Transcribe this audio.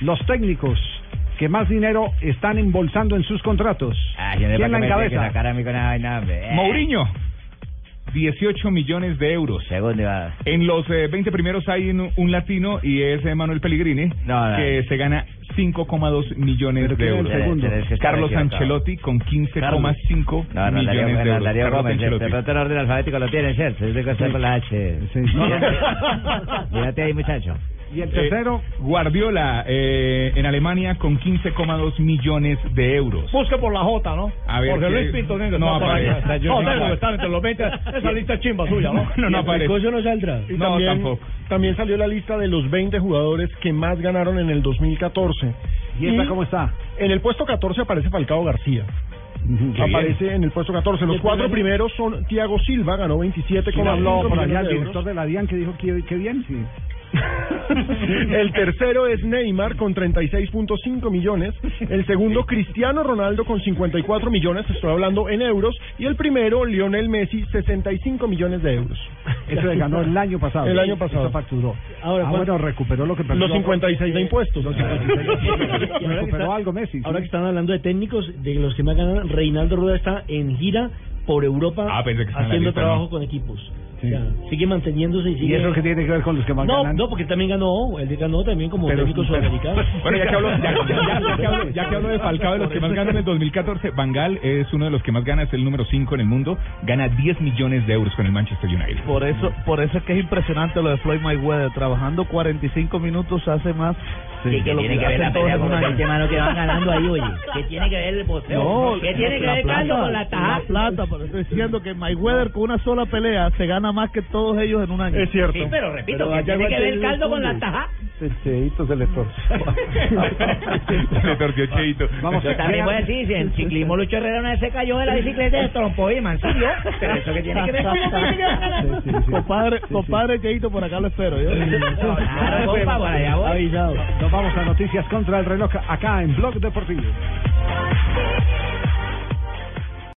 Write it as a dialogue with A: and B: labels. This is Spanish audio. A: los técnicos que más dinero están embolsando en sus contratos.
B: Ah, yo no sé
A: ¿Quién la
B: para qué me tiene que
A: encabeza?
B: sacar a mí con esa vaina, hombre. Eh,
C: Mourinho, 18 millones de euros.
B: Segundo, va.
C: En los eh, 20 primeros hay un, un latino y es eh, Manuel Pellegrini,
B: No, no.
C: que se gana 5,2 millones
A: Pero
C: de
A: ¿quién es
C: euros.
A: el segundo?
B: Tienes que estar
C: Carlos
B: equivocado.
C: Ancelotti con 15,5
B: No, no, Darío,
C: millones de
B: Gómez,
C: euros.
B: Darío
C: Carlos
B: Gómez, este el
C: Ancelotti.
B: pronto en orden alfabético lo tiene, ¿cierto? Es de cosa con la H.
A: Sí.
B: Mírate, mírate ahí, muchacho.
A: Y el
C: Eh,
A: tercero,
C: Guardiola eh, en Alemania con 15,2 millones de euros.
D: Busque por la J, ¿no?
C: A ver,
D: Porque
C: ¿qué?
D: Luis Pinto Negro
C: No
D: está por ahí.
C: aparece. Está yo
D: no,
C: sin
D: Negro
C: cual.
D: está entre los 20. Esa lista es chimba suya, ¿no?
C: No, no aparece.
D: no saldrá.
E: Y
C: No,
E: también,
C: tampoco.
E: También salió la lista de los 20 jugadores que más ganaron en el 2014.
A: ¿y esta cómo está?
E: En el puesto 14 aparece Falcao García.
C: Qué bien.
E: aparece en el puesto 14. Los
D: El
E: cuatro
D: primer-
E: primeros son Thiago Silva, ganó 27
A: ¿Quién habló por allá
E: millones
A: el
E: de euros.
A: director de la DIAN que dijo que, que bien? Sí.
E: El tercero es Neymar con 36.5 millones. El segundo, Cristiano Ronaldo con 54 millones. Estoy hablando en euros. Y el primero, Lionel Messi, 65 millones de euros.
A: Eso le ganó el año pasado.
E: El año pasado.
A: Eso facturó.
D: Ahora,
A: ah,
D: ¿cuánto?
A: bueno, recuperó lo que perdió.
E: Los 56 de impuestos.
D: Y ahora que
A: Recuperó
D: está-
A: algo Messi,
D: Ahora
A: sí.
D: que están hablando de técnicos, de los que más ganan, Reinaldo Rueda está en gira por Europa
C: Ah, pensé que estaba en la
D: haciendo
C: lista,
D: trabajo
C: ¿no?
D: con equipos.
A: Sí.
D: O sea, sigue manteniéndose y sigue...
A: ¿Y eso que tiene que ver con los que más
D: no,
A: ganan?
D: no, porque él también ganó, él ganó también como
A: Pero-
D: técnico
A: pero-
D: sudamericano.
C: Bueno, ya que, hablo, ya, ya- ya que hablo, ya que hablo de Falcao, de los que más ganan en el 2014, Bangal es uno de los que más gana, es el número 5 en el mundo, gana 10 millones de euros con el Manchester United.
F: Por eso, por eso es que es impresionante lo de Floyd Mayweather. Trabajando 45 minutos hace más
B: Sí, que tiene que ver la
F: hacen todos
B: pelea
F: en
B: con
F: un año.
B: este mano que van ganando ahí, oye. ¿Qué tiene que ver el posteo?
F: No,
B: ¿Qué tiene que ver Carlos con la
F: La
B: taja?
F: plata, pero estoy diciendo que Mayweather con una sola pelea se gana más que todos ellos en un año.
E: Es cierto.
B: Sí, pero repito,
A: Pero
B: ¿qué
A: allá
B: tiene
A: no
B: que
A: tiene
B: ver el caldo con la
A: ningún-
B: taja?
A: El cheito se le
C: Le torció Cheito.
A: Vamos,
B: Yo también voy a decir, si en ciclismo Lucho Herrera una vez se cayó de la bicicleta y se trompó y mancillo. Pero eso que tiene que ver con lo que yo gano.
A: Sí, sí.
F: Compadre,
A: Sí, sí.
F: compadre Cheito, por acá lo espero. ¿eh? yo.
B: Claro, compa, por allá voy.
A: Nos vamos a noticias contra el reloj acá en Blog Deportivo.